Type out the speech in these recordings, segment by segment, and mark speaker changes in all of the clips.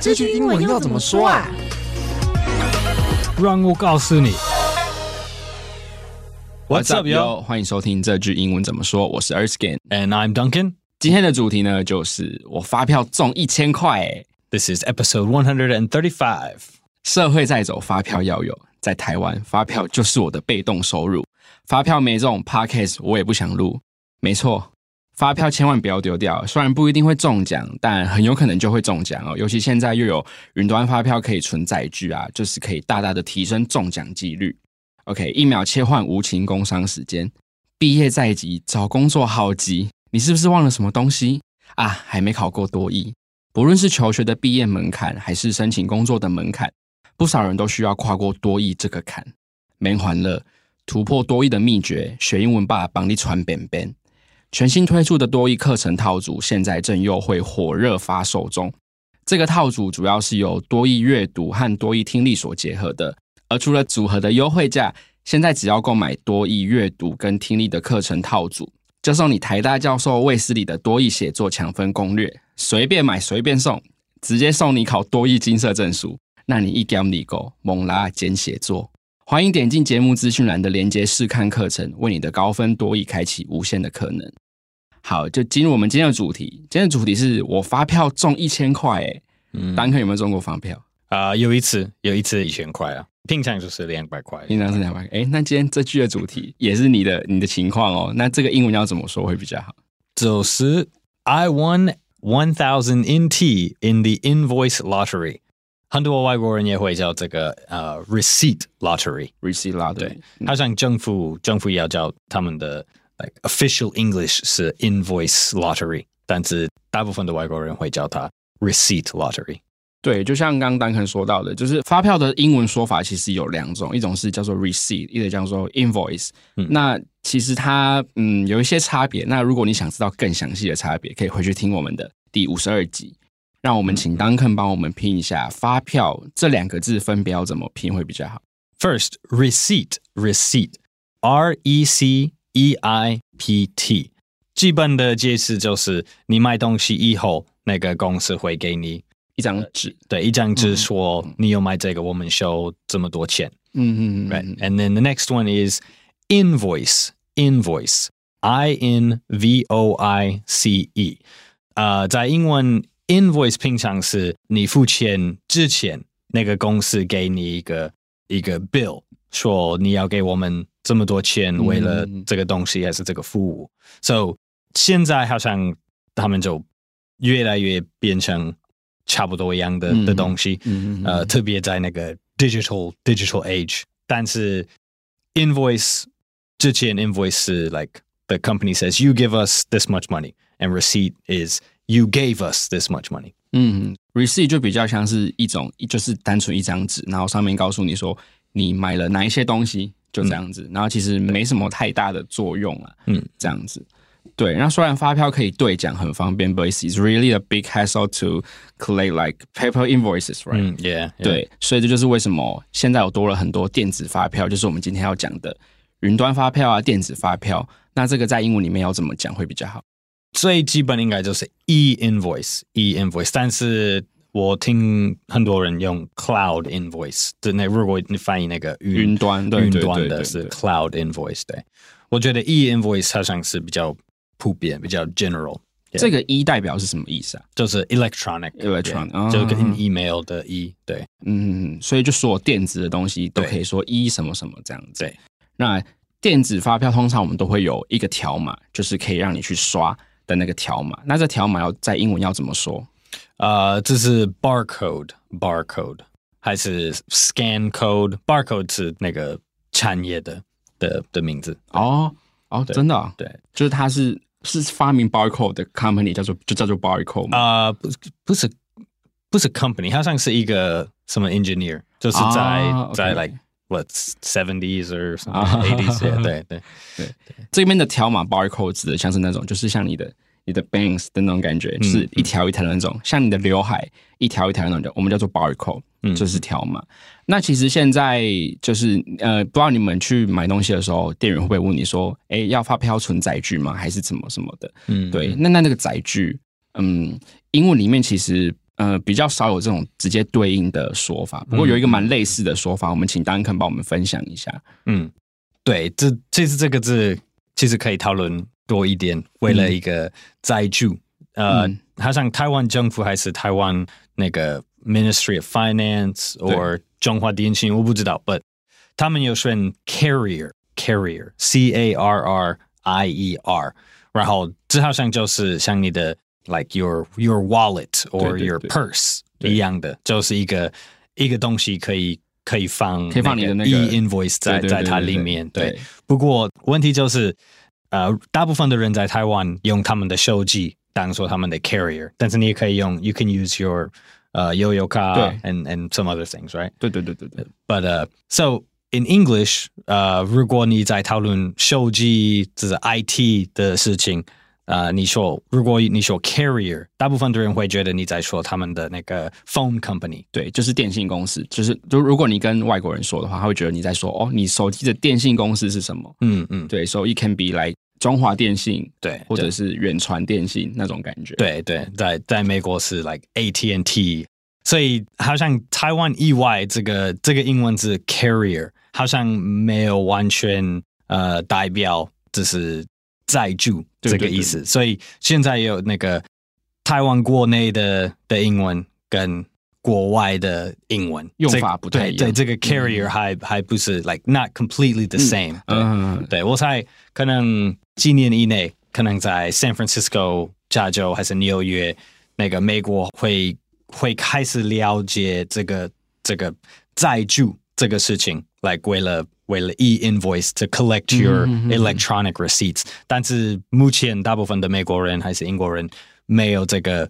Speaker 1: 这句英文要怎么说啊？
Speaker 2: 让我告诉你。
Speaker 3: What's up, yo？
Speaker 4: 欢迎收听这句英文怎么说。我是 Erskine，
Speaker 3: And I'm Duncan.
Speaker 4: 今天的主题呢就是我发票中一千块，哎，
Speaker 3: This is episode 135.
Speaker 4: 社会在走，发票要有。在台湾，发票就是我的被动收入，发票没中 podcast 我也不想录。没错，发票千万不要丢掉，虽然不一定会中奖，但很有可能就会中奖哦。尤其现在又有云端发票可以存载具啊，就是可以大大的提升中奖几率。OK，一秒切换无情工伤时间，毕业在即，找工作好急，你是不是忘了什么东西啊？还没考过多艺，不论是求学的毕业门槛，还是申请工作的门槛。不少人都需要跨过多义这个坎。没欢乐突破多义的秘诀，学英文吧，帮你传便便。全新推出的多义课程套组，现在正又会火热发售中。这个套组主要是由多义阅读和多义听力所结合的，而除了组合的优惠价，现在只要购买多义阅读跟听力的课程套组，就送你台大教授卫斯理的多义写作强分攻略，随便买随便送，直接送你考多义金色证书。那你一 gam 里狗猛拉简写作，欢迎点进节目资讯栏的连接试看课程，为你的高分多益开启无限的可能。好，就进入我们今天的主题。今天的主题是我发票中一千块，哎、
Speaker 3: 嗯
Speaker 4: 丹克有没有中过发票？
Speaker 3: 啊、有一次，有一次一千块啊，平常就是两百块。
Speaker 4: 平常是两百。哎，那今天这句的主题也是你的你的情况哦。那这个英文要怎么说会比较好？
Speaker 3: 就是 I won one thousand in tea in the invoice lottery。很多外国人也会叫这个呃、receipt lottery，
Speaker 4: receipt lottery，
Speaker 3: 对好像政府政府要叫他们的 like official English 是 invoice lottery，但是大部分的外国人会叫它 receipt lottery。
Speaker 4: 对，就像刚刚丹肯说到的，就是发票的英文说法其实有两种，一种是叫做 receipt，一种叫做 invoice。
Speaker 3: 嗯
Speaker 4: 那其实它嗯有一些差别。那如果你想知道更详细的差别，可以回去听我们的第五十二集。让我们请丹肯帮我们拼一下发票这两个字分别要怎么拼会比较好。
Speaker 3: First, receipt, receipt, R E C E I P T。基本的解释就是你买东西以后，那个公司会给你
Speaker 4: 一张纸，
Speaker 3: 对一张
Speaker 4: 嗯
Speaker 3: 纸说你有买这个，我们收这么多钱。
Speaker 4: 嗯嗯
Speaker 3: Right.
Speaker 4: 嗯，
Speaker 3: Mm-hmm. And then the next one is invoice, invoice, I N V O I C E. 呃，在英文 invoice 平常是你付钱之前，那个公司给你一个一个 bill，说你要给我们这么多钱，
Speaker 4: 嗯
Speaker 3: 为了这个东西还是这个服务。So 现在好像他们就越来越变成差不多一样的、的
Speaker 4: 嗯
Speaker 3: 东西。
Speaker 4: 嗯嗯
Speaker 3: 呃，特别在那个 digital digital age，但是 invoice 之前 invoice 是 like the company says you give us this much money and receipt is you gave us this much money。
Speaker 4: 嗯，receipt 就比较像是一种，就是单纯一张纸，然后上面告诉你说你买了哪一些东西，就这样子。然后其实没什么太大的作用啊，嗯
Speaker 3: 嗯，
Speaker 4: 这样子。对，那虽然发票可以兑奖很方便，but it's really a big hassle to collect like paper invoices, right？、
Speaker 3: 嗯，yeah，
Speaker 4: 对，所以这就是为什么现在有多了很多电子发票，就是我们今天要讲的云端发票啊，电子发票。那这个在英文里面要怎么讲会比较好？
Speaker 3: 最基本应该就是 e invoice e invoice，但是我听很多人用 cloud invoice，对，那如果你翻译那个
Speaker 4: 云端，对
Speaker 3: 嗯云
Speaker 4: 对
Speaker 3: 端
Speaker 4: 对
Speaker 3: 的
Speaker 4: 对
Speaker 3: 是
Speaker 4: 对
Speaker 3: cloud invoice，对，我觉得 e invoice 好像是比较普遍，比较 general。Yeah
Speaker 4: 这个一代表是什么意思啊？
Speaker 3: 就是 electronic
Speaker 4: Electronic，
Speaker 3: 对
Speaker 4: 哦
Speaker 3: 就跟 email 的 e 对
Speaker 4: 嗯，所以就所有电子的东西都
Speaker 3: 对
Speaker 4: 可以说一什么什么这样子。
Speaker 3: 对，
Speaker 4: 那电子发票通常我们都会有一个条码，就是可以让你去刷的那个条码。那这条码要在英文要怎么说？
Speaker 3: 呃，这是 barcode barcode 还是 scan code barcode 是那个产业的的的名字
Speaker 4: 哦哦，真的啊、
Speaker 3: 对
Speaker 4: 就是它是是发明 barcode 的 company 叫做就叫做 barcode 嘛。
Speaker 3: 啊、呃不是不是不是 company，它像是一个什么 engineer，就是在、
Speaker 4: 啊
Speaker 3: 在
Speaker 4: OK
Speaker 3: like what seventies or
Speaker 4: 啊
Speaker 3: eighties 对对
Speaker 4: 这边的条码 barcode 指的像是那种，就是像你的你的 banks 的那种感觉，
Speaker 3: 嗯
Speaker 4: 就是一条一条的那种，像你的刘海一条一条的那种，我们叫做 barcode，
Speaker 3: 嗯
Speaker 4: 就是条码。那其实现在就是呃，不知道你们去买东西的时候，店员会不会问你说，哎，要发票存载具吗？还是怎么什么的？
Speaker 3: 嗯
Speaker 4: 对，那那那个载具，嗯，英文里面其实呃比较少有这种直接对应的说法。
Speaker 3: 嗯
Speaker 4: 不过有一个蛮类似的说法，我们请丹肯帮我们分享一下。
Speaker 3: 嗯，对，这其实这个字其实可以讨论多一点。为了一个载具，呃
Speaker 4: 嗯，
Speaker 3: 好像台湾政府还是台湾那个 Ministry of Finance or 中华电信，我不知道，but 他们有选 carrier carrier c a r r i e r，然后这好像就是像你的 like your your wallet or
Speaker 4: 对对
Speaker 3: your
Speaker 4: 对
Speaker 3: purse
Speaker 4: 对
Speaker 3: 一样的，就是一个一个东西可以可以放
Speaker 4: 可以放你的那个
Speaker 3: e invoice 在
Speaker 4: 对对对
Speaker 3: 在它
Speaker 4: 对对
Speaker 3: 里面，
Speaker 4: 对
Speaker 3: 对。不过问题就是，呃，大部分的人在台湾用他们的手机当做他们的 carrier，但是你也可以用，you can use your 呃悠游卡
Speaker 4: 对
Speaker 3: and and some other things, right?
Speaker 4: 对对对对对，
Speaker 3: But uh, so in English, uh, 如果你在讨论手机这是 IT 的事情，呃，你说如果你说 carrier，大部分的人会觉得你在说他们的那个 phone company。
Speaker 4: 对，就是电信公司，就是就如果你跟外国人说的话，他会觉得你在说哦，你手机的电信公司是什么？
Speaker 3: 嗯嗯，
Speaker 4: 对，so it can be like 中华电信，
Speaker 3: 对
Speaker 4: 或者
Speaker 3: 对
Speaker 4: 是远传电信那种感觉。，
Speaker 3: 对对，在在美国是 like AT and T，所以好像台湾以外这个这个英文字 carrier 好像没有完全呃代表就是载具
Speaker 4: 对
Speaker 3: 这
Speaker 4: 对
Speaker 3: 个意
Speaker 4: 对
Speaker 3: 思，所以现在有那个台湾国内的的英文跟国外的英文
Speaker 4: 用
Speaker 3: 这
Speaker 4: 法不太
Speaker 3: 对
Speaker 4: 一
Speaker 3: 对，
Speaker 4: 样嗯
Speaker 3: 这个 carrier 还、还不是 like not completely the same，、对。
Speaker 4: 嗯，
Speaker 3: 对我猜可能今年以内，可能在 San Francisco、加州还是纽约，那个美国会会开始了解这个这个载具这个事情，来、为了为了 e invoice to collect your
Speaker 4: 嗯嗯嗯嗯
Speaker 3: electronic receipts，、但是目前大部分的美国人还是英国人没有这个。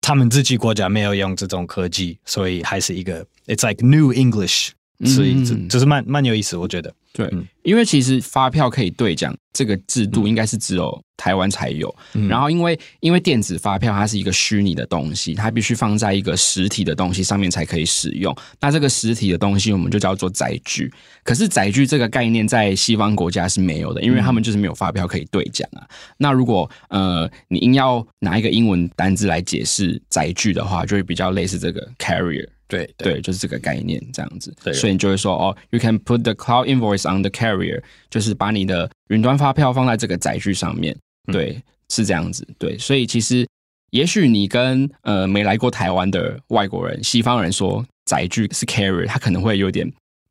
Speaker 3: 他们自己国家没有用这种科技，所以还是一个 it's like new English，、所以这
Speaker 4: 嗯
Speaker 3: 这是蛮蛮有意思，我觉得。
Speaker 4: 对
Speaker 3: 嗯，
Speaker 4: 因为其实发票可以兑奖这个制度应该是只有台湾才有。
Speaker 3: 嗯
Speaker 4: 然后因为因为电子发票它是一个虚拟的东西，它必须放在一个实体的东西上面才可以使用。那这个实体的东西我们就叫做载具。可是载具这个概念在西方国家是没有的，因为他们就是没有发票可以兑奖啊。那如果呃你硬要拿一个英文单字来解释载具的话，就会比较类似这个 carrier。
Speaker 3: 对
Speaker 4: 对，就是这个概念这样子。
Speaker 3: 对
Speaker 4: 所以你就会说哦，you can put the cloud invoice on the carrier，就是把你的云端发票放在这个载具上面。
Speaker 3: 嗯
Speaker 4: 对，是这样子。对，所以其实也许你跟呃没来过台湾的外国人、西方人说载具是 carrier，他可能会有点。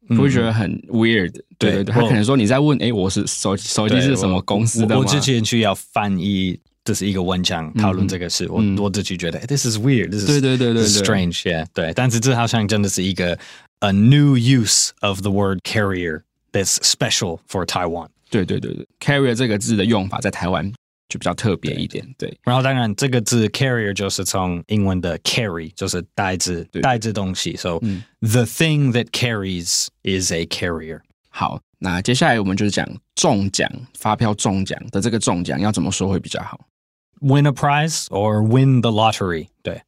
Speaker 3: 嗯
Speaker 4: 会觉得很 weird，、
Speaker 3: 对
Speaker 4: 对对对，他
Speaker 3: 我
Speaker 4: 可能说你在问，哎、我是手手机
Speaker 3: 对
Speaker 4: 是什么
Speaker 3: 我
Speaker 4: 公司的吗？
Speaker 3: 我我之前去要翻译，这是一个文章讨论这个事，我、
Speaker 4: 嗯
Speaker 3: 我自己觉得、哎 this is weird，this is
Speaker 4: 对对对对
Speaker 3: this is
Speaker 4: 对
Speaker 3: strange，yeah，对，但是这好像真的是一个 a new use of the word carrier that's special for Taiwan。
Speaker 4: 对对对对，carrier 这个字的用法在台湾就比较特别一点，对
Speaker 3: 然后当然这个字 carrier 就是从英文的 carry 就是带着
Speaker 4: 对
Speaker 3: 带着东西，so、
Speaker 4: 嗯
Speaker 3: the thing that carries is a carrier。
Speaker 4: 好，那接下来我们就是讲中奖发票中奖的这个中奖要怎么说会比较好？
Speaker 3: win a prize or win the lottery。对，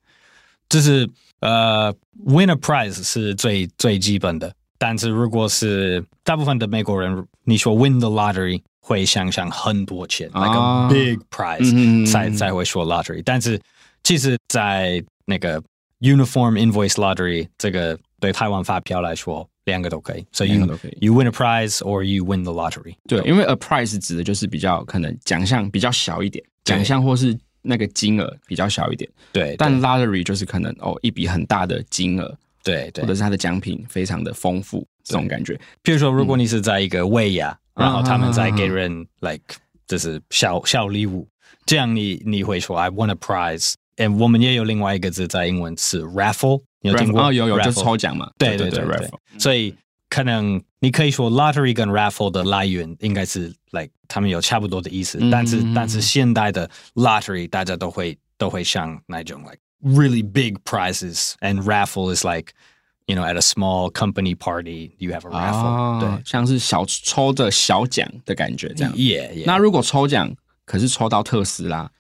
Speaker 3: 就是呃、w i n a prize 是最最基本的。但是如果是大部分的美国人，你说 win the lottery 会想想很多钱、
Speaker 4: 啊
Speaker 3: l i k e a big prize，、
Speaker 4: 嗯
Speaker 3: 才才会说 lottery。但是其实，在那个 uniform invoice lottery 这个对台湾发票来说，两个都可以。所、以
Speaker 4: 两个都可以
Speaker 3: you win a prize or you win the lottery。
Speaker 4: 对，因为 a prize 指的就是比较可能奖项比较小一点，
Speaker 3: 对
Speaker 4: 奖项或是那个金额比较小一点，
Speaker 3: 对，
Speaker 4: 但 lottery 就是可能哦一笔很大的金额，
Speaker 3: 对对
Speaker 4: 或者是它的奖品非常的丰富这种感觉。
Speaker 3: 譬如说，如果你是在一个尾牙，
Speaker 4: 嗯
Speaker 3: 然后他们在给人 like 就是小小礼物，这样你你会说 I won a prize。And 我们也有另外一个字在英文是 raffle，你有听过？
Speaker 4: 哦，有有就是
Speaker 3: raffle
Speaker 4: 抽奖嘛，
Speaker 3: 对
Speaker 4: 对
Speaker 3: 对对对
Speaker 4: raffle。
Speaker 3: 所以可能你可以说 lottery 跟 raffle 的来源应该是 like 他们有差不多的意思，
Speaker 4: 嗯
Speaker 3: 但是但是现代的 lottery 大家都会都会像那种 like really big prizes and raffle is like you know at a small company party you have a raffle、
Speaker 4: 哦
Speaker 3: 对，。
Speaker 4: 像是小抽的小奖的感觉这样。
Speaker 3: 耶耶，
Speaker 4: 那如果抽奖可是抽到特斯拉，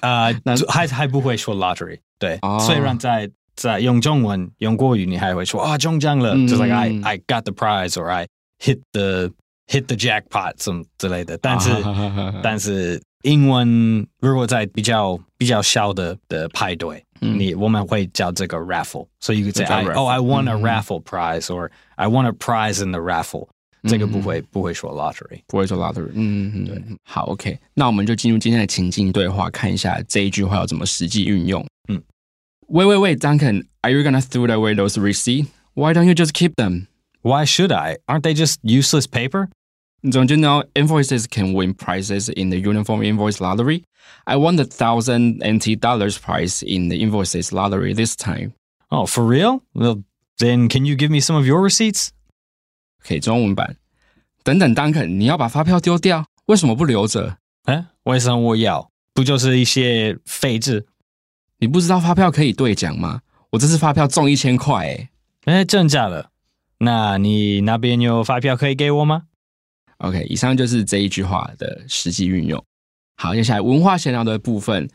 Speaker 3: 呃
Speaker 4: 那，
Speaker 3: 就还还不会说 lottery，对，
Speaker 4: 哦
Speaker 3: 虽然在在用中文用国语，你还会说啊中奖了，
Speaker 4: 嗯
Speaker 3: 就是 like I I got the prize or
Speaker 4: 啊
Speaker 3: I hit the hit the jackpot 什么之类的，但是、但是英文如果在比较比较小的的派对，
Speaker 4: 嗯
Speaker 3: 你我们会叫这个 raffle，所以这
Speaker 4: 就叫
Speaker 3: I
Speaker 4: raffle Mm-hmm。
Speaker 3: oh I won a
Speaker 4: 嗯
Speaker 3: raffle prize or I won a prize in the raffle，、这个不会
Speaker 4: Mm-hmm。
Speaker 3: 不会说 lottery。
Speaker 4: 嗯不会说 lottery。嗯嗯，对。好，OK，那我们就进入今天的情境对话，看一下这一句话要怎么实际运用。
Speaker 3: 嗯
Speaker 4: ，Wait, wait, wait, Duncan, are you gonna throw away those receipt? Why don't you just keep them?
Speaker 3: Why should I? Aren't they just useless paper?
Speaker 4: Don't you know invoices can win prizes in the uniform invoice lottery? I won the thousand NT dollars prize in the invoices lottery this time.
Speaker 3: Oh, for real? Well, then can you give me some of your receipts?
Speaker 4: OK，中文版。等等，Duncan，你要把发票丢掉，为什么不留着？
Speaker 3: 哎，为什么我要？不就是一些废纸？
Speaker 4: 你不知道发票可以兑奖吗？我这次发票中一千块欸诶。
Speaker 3: 哎，真假的？那你那边有发票可以给我吗？
Speaker 4: OK，以上就是这一句话的实际运用。好，接下来文化闲聊的部分，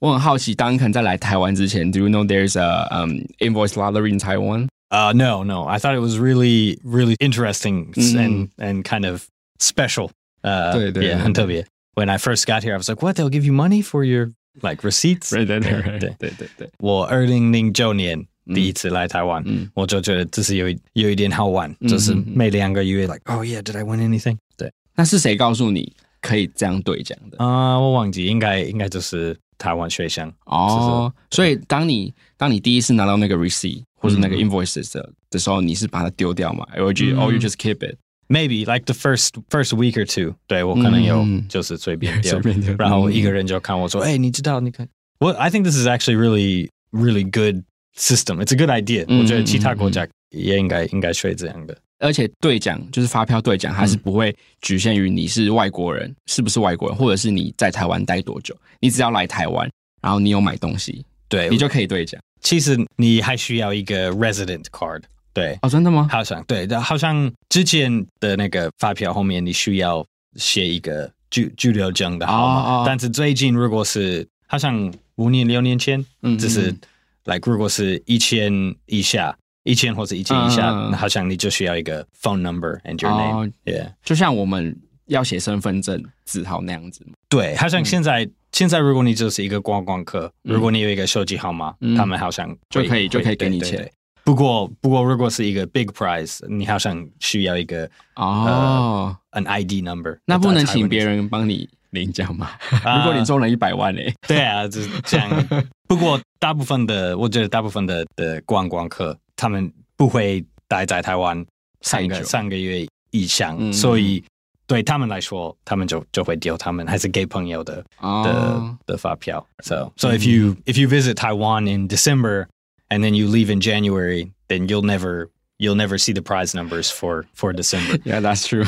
Speaker 4: 我很好奇，Duncan 在来台湾之前，Do you know there's a um invoice lottery in Taiwan？
Speaker 3: Uh, no, no. I thought it was really, really interesting s-
Speaker 4: Mm.
Speaker 3: and and kind of special. Uh,
Speaker 4: 对，对，对，
Speaker 3: yeah, 很特别. When I first got here, I was like, "What? They'll give you money for your like receipts?"
Speaker 4: 对对
Speaker 3: 对对
Speaker 4: 对对对对，
Speaker 3: 我二零零九年第一次来台湾，
Speaker 4: 嗯
Speaker 3: 我就觉得这是有一有一点好玩，就是
Speaker 4: 嗯嗯嗯
Speaker 3: 每两个月，like, oh yeah, did I win anything？对，
Speaker 4: 那是谁告诉你可以这样兑奖的？
Speaker 3: 啊、我忘记，应该应该就是台湾学生，
Speaker 4: 哦，所以当你当你第一次拿到那个 receipt 或是那个 invoices 的的时候，你是把它丢掉嘛？Or you or you just keep it？
Speaker 3: Maybe like the first first week or two，对我可能有
Speaker 4: 嗯
Speaker 3: 就是随便丢，
Speaker 4: 随便丢
Speaker 3: 然后一个人就看我说：“哎、你知道你看。” Well, I think this is actually really really good system. It's a good idea.
Speaker 4: 嗯
Speaker 3: 我觉得其他国家也应该应该学这样的。
Speaker 4: 而且兑奖就是发票兑奖，它是不会局限于你是外国人、是不是外国人，或者是你在台湾待多久，你只要来台湾，然后你有买东西，
Speaker 3: 对，
Speaker 4: 你就可以兑奖。
Speaker 3: 其实你还需要一个 resident card。对，
Speaker 4: 哦，真的吗？
Speaker 3: 好像对，好像之前的那个发票后面你需要写一个居居留证的号码，
Speaker 4: 哦哦
Speaker 3: 但是最近如果是好像五年六年前，
Speaker 4: 嗯
Speaker 3: 只是
Speaker 4: 嗯
Speaker 3: like 如果是一千以下，一千或者一千以下，
Speaker 4: 嗯嗯嗯
Speaker 3: 那好像你就需要一个 phone number and your
Speaker 4: 哦
Speaker 3: name、yeah，
Speaker 4: 就像我们要写身份证字号那样子。
Speaker 3: 对，好像
Speaker 4: 嗯
Speaker 3: 现在、现在如果你就是一个观光客，
Speaker 4: 嗯
Speaker 3: 如果你有一个手机号码，
Speaker 4: 嗯
Speaker 3: 他们好像
Speaker 4: 就
Speaker 3: 会
Speaker 4: 可以就
Speaker 3: 会
Speaker 4: 可以给
Speaker 3: 对
Speaker 4: 你
Speaker 3: 对
Speaker 4: 钱
Speaker 3: 对不过，不过，如果是一个 big prize，你好像需要一个
Speaker 4: 哦，
Speaker 3: an ID number，
Speaker 4: 那不能
Speaker 3: 在台湾
Speaker 4: 请别人帮你领奖吗？
Speaker 3: 啊
Speaker 4: 如果你中了一百万嘞、
Speaker 3: 对啊，就是这 样。不过大部分的，我觉得大部分的的观光客，他们不会待在台湾三
Speaker 4: 太
Speaker 3: 个
Speaker 4: 久
Speaker 3: 三个月以上，
Speaker 4: 嗯
Speaker 3: 所以对他们来说，他们就就会丢他们还是给朋友的 的、
Speaker 4: 哦，
Speaker 3: 的发票。So so if you if you visit Taiwan in December and then you leave in January, then you'll never you'll never see the prize numbers for for December.
Speaker 4: Yeah, that's true.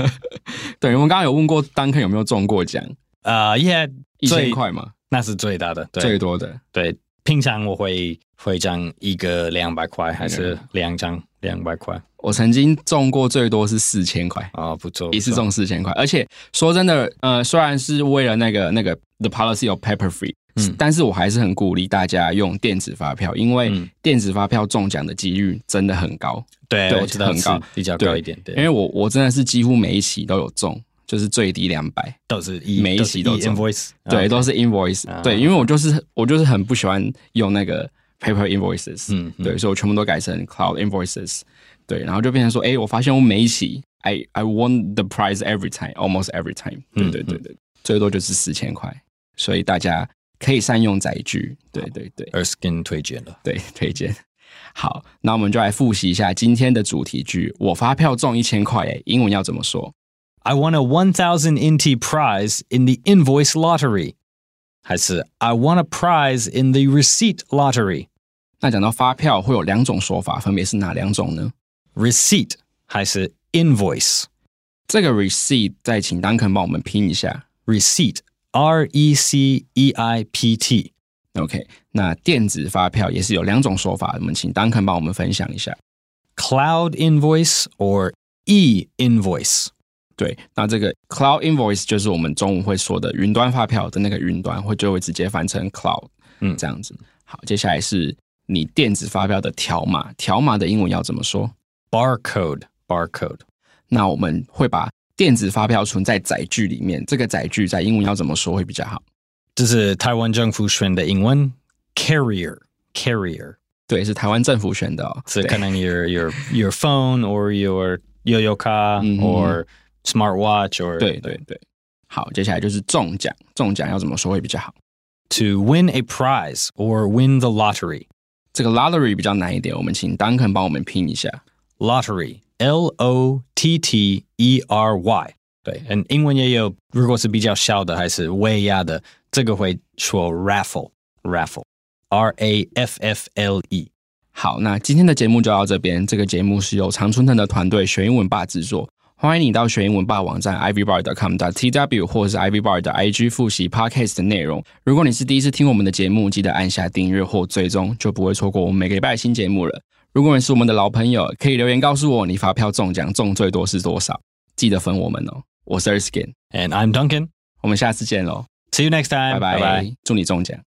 Speaker 4: 对，我们刚刚有问过 Duncan 有没有中过奖，
Speaker 3: 呃、yeah，Uh,
Speaker 4: 一
Speaker 3: 最
Speaker 4: 千块嘛，
Speaker 3: 那是最大的，对
Speaker 4: 最多的。
Speaker 3: 对，平常我会会张一个两百块，还是两张两百块？
Speaker 4: 我曾经中过最多是四千块，
Speaker 3: 哦，不错，
Speaker 4: 一次中四千块。而且说真的，呃，虽然是为了那个那个 the policy of paper free，
Speaker 3: 嗯
Speaker 4: 但是我还是很鼓励大家用电子发票，因为
Speaker 3: 嗯
Speaker 4: 电子发票中奖的几率真的很高。
Speaker 3: 对，
Speaker 4: 对
Speaker 3: 我知道
Speaker 4: 很
Speaker 3: 是
Speaker 4: 高
Speaker 3: 比较
Speaker 4: 对
Speaker 3: 高一点，对，
Speaker 4: 因为我我真的是几乎每一期都有中，就是最低两百，
Speaker 3: 都是一
Speaker 4: 每一
Speaker 3: 都是
Speaker 4: 期都中
Speaker 3: invoice，
Speaker 4: 对，
Speaker 3: 啊
Speaker 4: 都是 invoice，
Speaker 3: 啊
Speaker 4: 对，因为我就是我就是很不喜欢用那个 paper invoices，
Speaker 3: 嗯，嗯
Speaker 4: 对，所以我全部都改成 cloud invoices，对，然后就变成说，哎、我发现我每一期，I I won the prize every time，almost every time，对
Speaker 3: 嗯
Speaker 4: 对对对，最多就是四千块，所以大家可以善用载具，对对对
Speaker 3: ，Erskine 推荐了。
Speaker 4: 对，推荐。好，那我们就来复习一下今天的主题句，我发票中一千块，哎，英文要怎么说？
Speaker 3: I won a 1000 NT prize in the invoice lottery. 还是 I won a prize in the receipt lottery.
Speaker 4: 那讲到发票会有两种说法，分别是哪两种呢？
Speaker 3: Receipt 还是 invoice
Speaker 4: 这个 receipt 再请 Duncan 帮我们拼一下。
Speaker 3: receipt R E C E I P T。
Speaker 4: OK，那电子发票也是有两种说法，我们请 Duncan 帮我们分享一下。
Speaker 3: cloud invoice or e invoice.
Speaker 4: 对，那这个 cloud invoice 就是我们中午会说的云端发票的那个云端，会就会直接翻成 cloud，
Speaker 3: 嗯
Speaker 4: 这样子。好，接下来是你电子发票的条码，条码的英文要怎么说？
Speaker 3: Barcode, barcode.
Speaker 4: 那我们会把电子发票存在载具里面，这个载具在英文要怎么说会比较好？
Speaker 3: 这是台湾政府选的英文 carrier carrier.
Speaker 4: 对，是台湾政府选的、哦。
Speaker 3: So
Speaker 4: 对
Speaker 3: kind of your your your phone or your yo-yo car
Speaker 4: Mhm.
Speaker 3: or smartwatch or
Speaker 4: 对对对。好，接下来就是中奖，中奖要怎么说会比较好？
Speaker 3: to win a prize or win the lottery.
Speaker 4: 这个 lottery 比较难一点，我们请 Duncan 帮我们拼一下。
Speaker 3: Lottery L O T T E R Y. 对，嗯，英文也有，如果是比较小的还是未压的，这个会说 raffle raffle R A F F L E。
Speaker 4: 好，那今天的节目就到这边。这个节目是由常春藤的团队学英文吧制作。欢迎你到学英文吧网站 ivybar.com.tw 或是 ivybar 的 IG 复习 podcast 的内容。如果你是第一次听我们的节目，记得按下订阅或追踪，就不会错过我们每个礼拜的新节目了。如果你是我们的老朋友，可以留言告诉我你发票中奖中最多是多少，记得分我们哦。我是 Erskin，
Speaker 3: And I'm Duncan.
Speaker 4: 我们下次见喽，
Speaker 3: See you next time.
Speaker 4: 拜拜，
Speaker 3: Bye bye.
Speaker 4: 祝你中奖。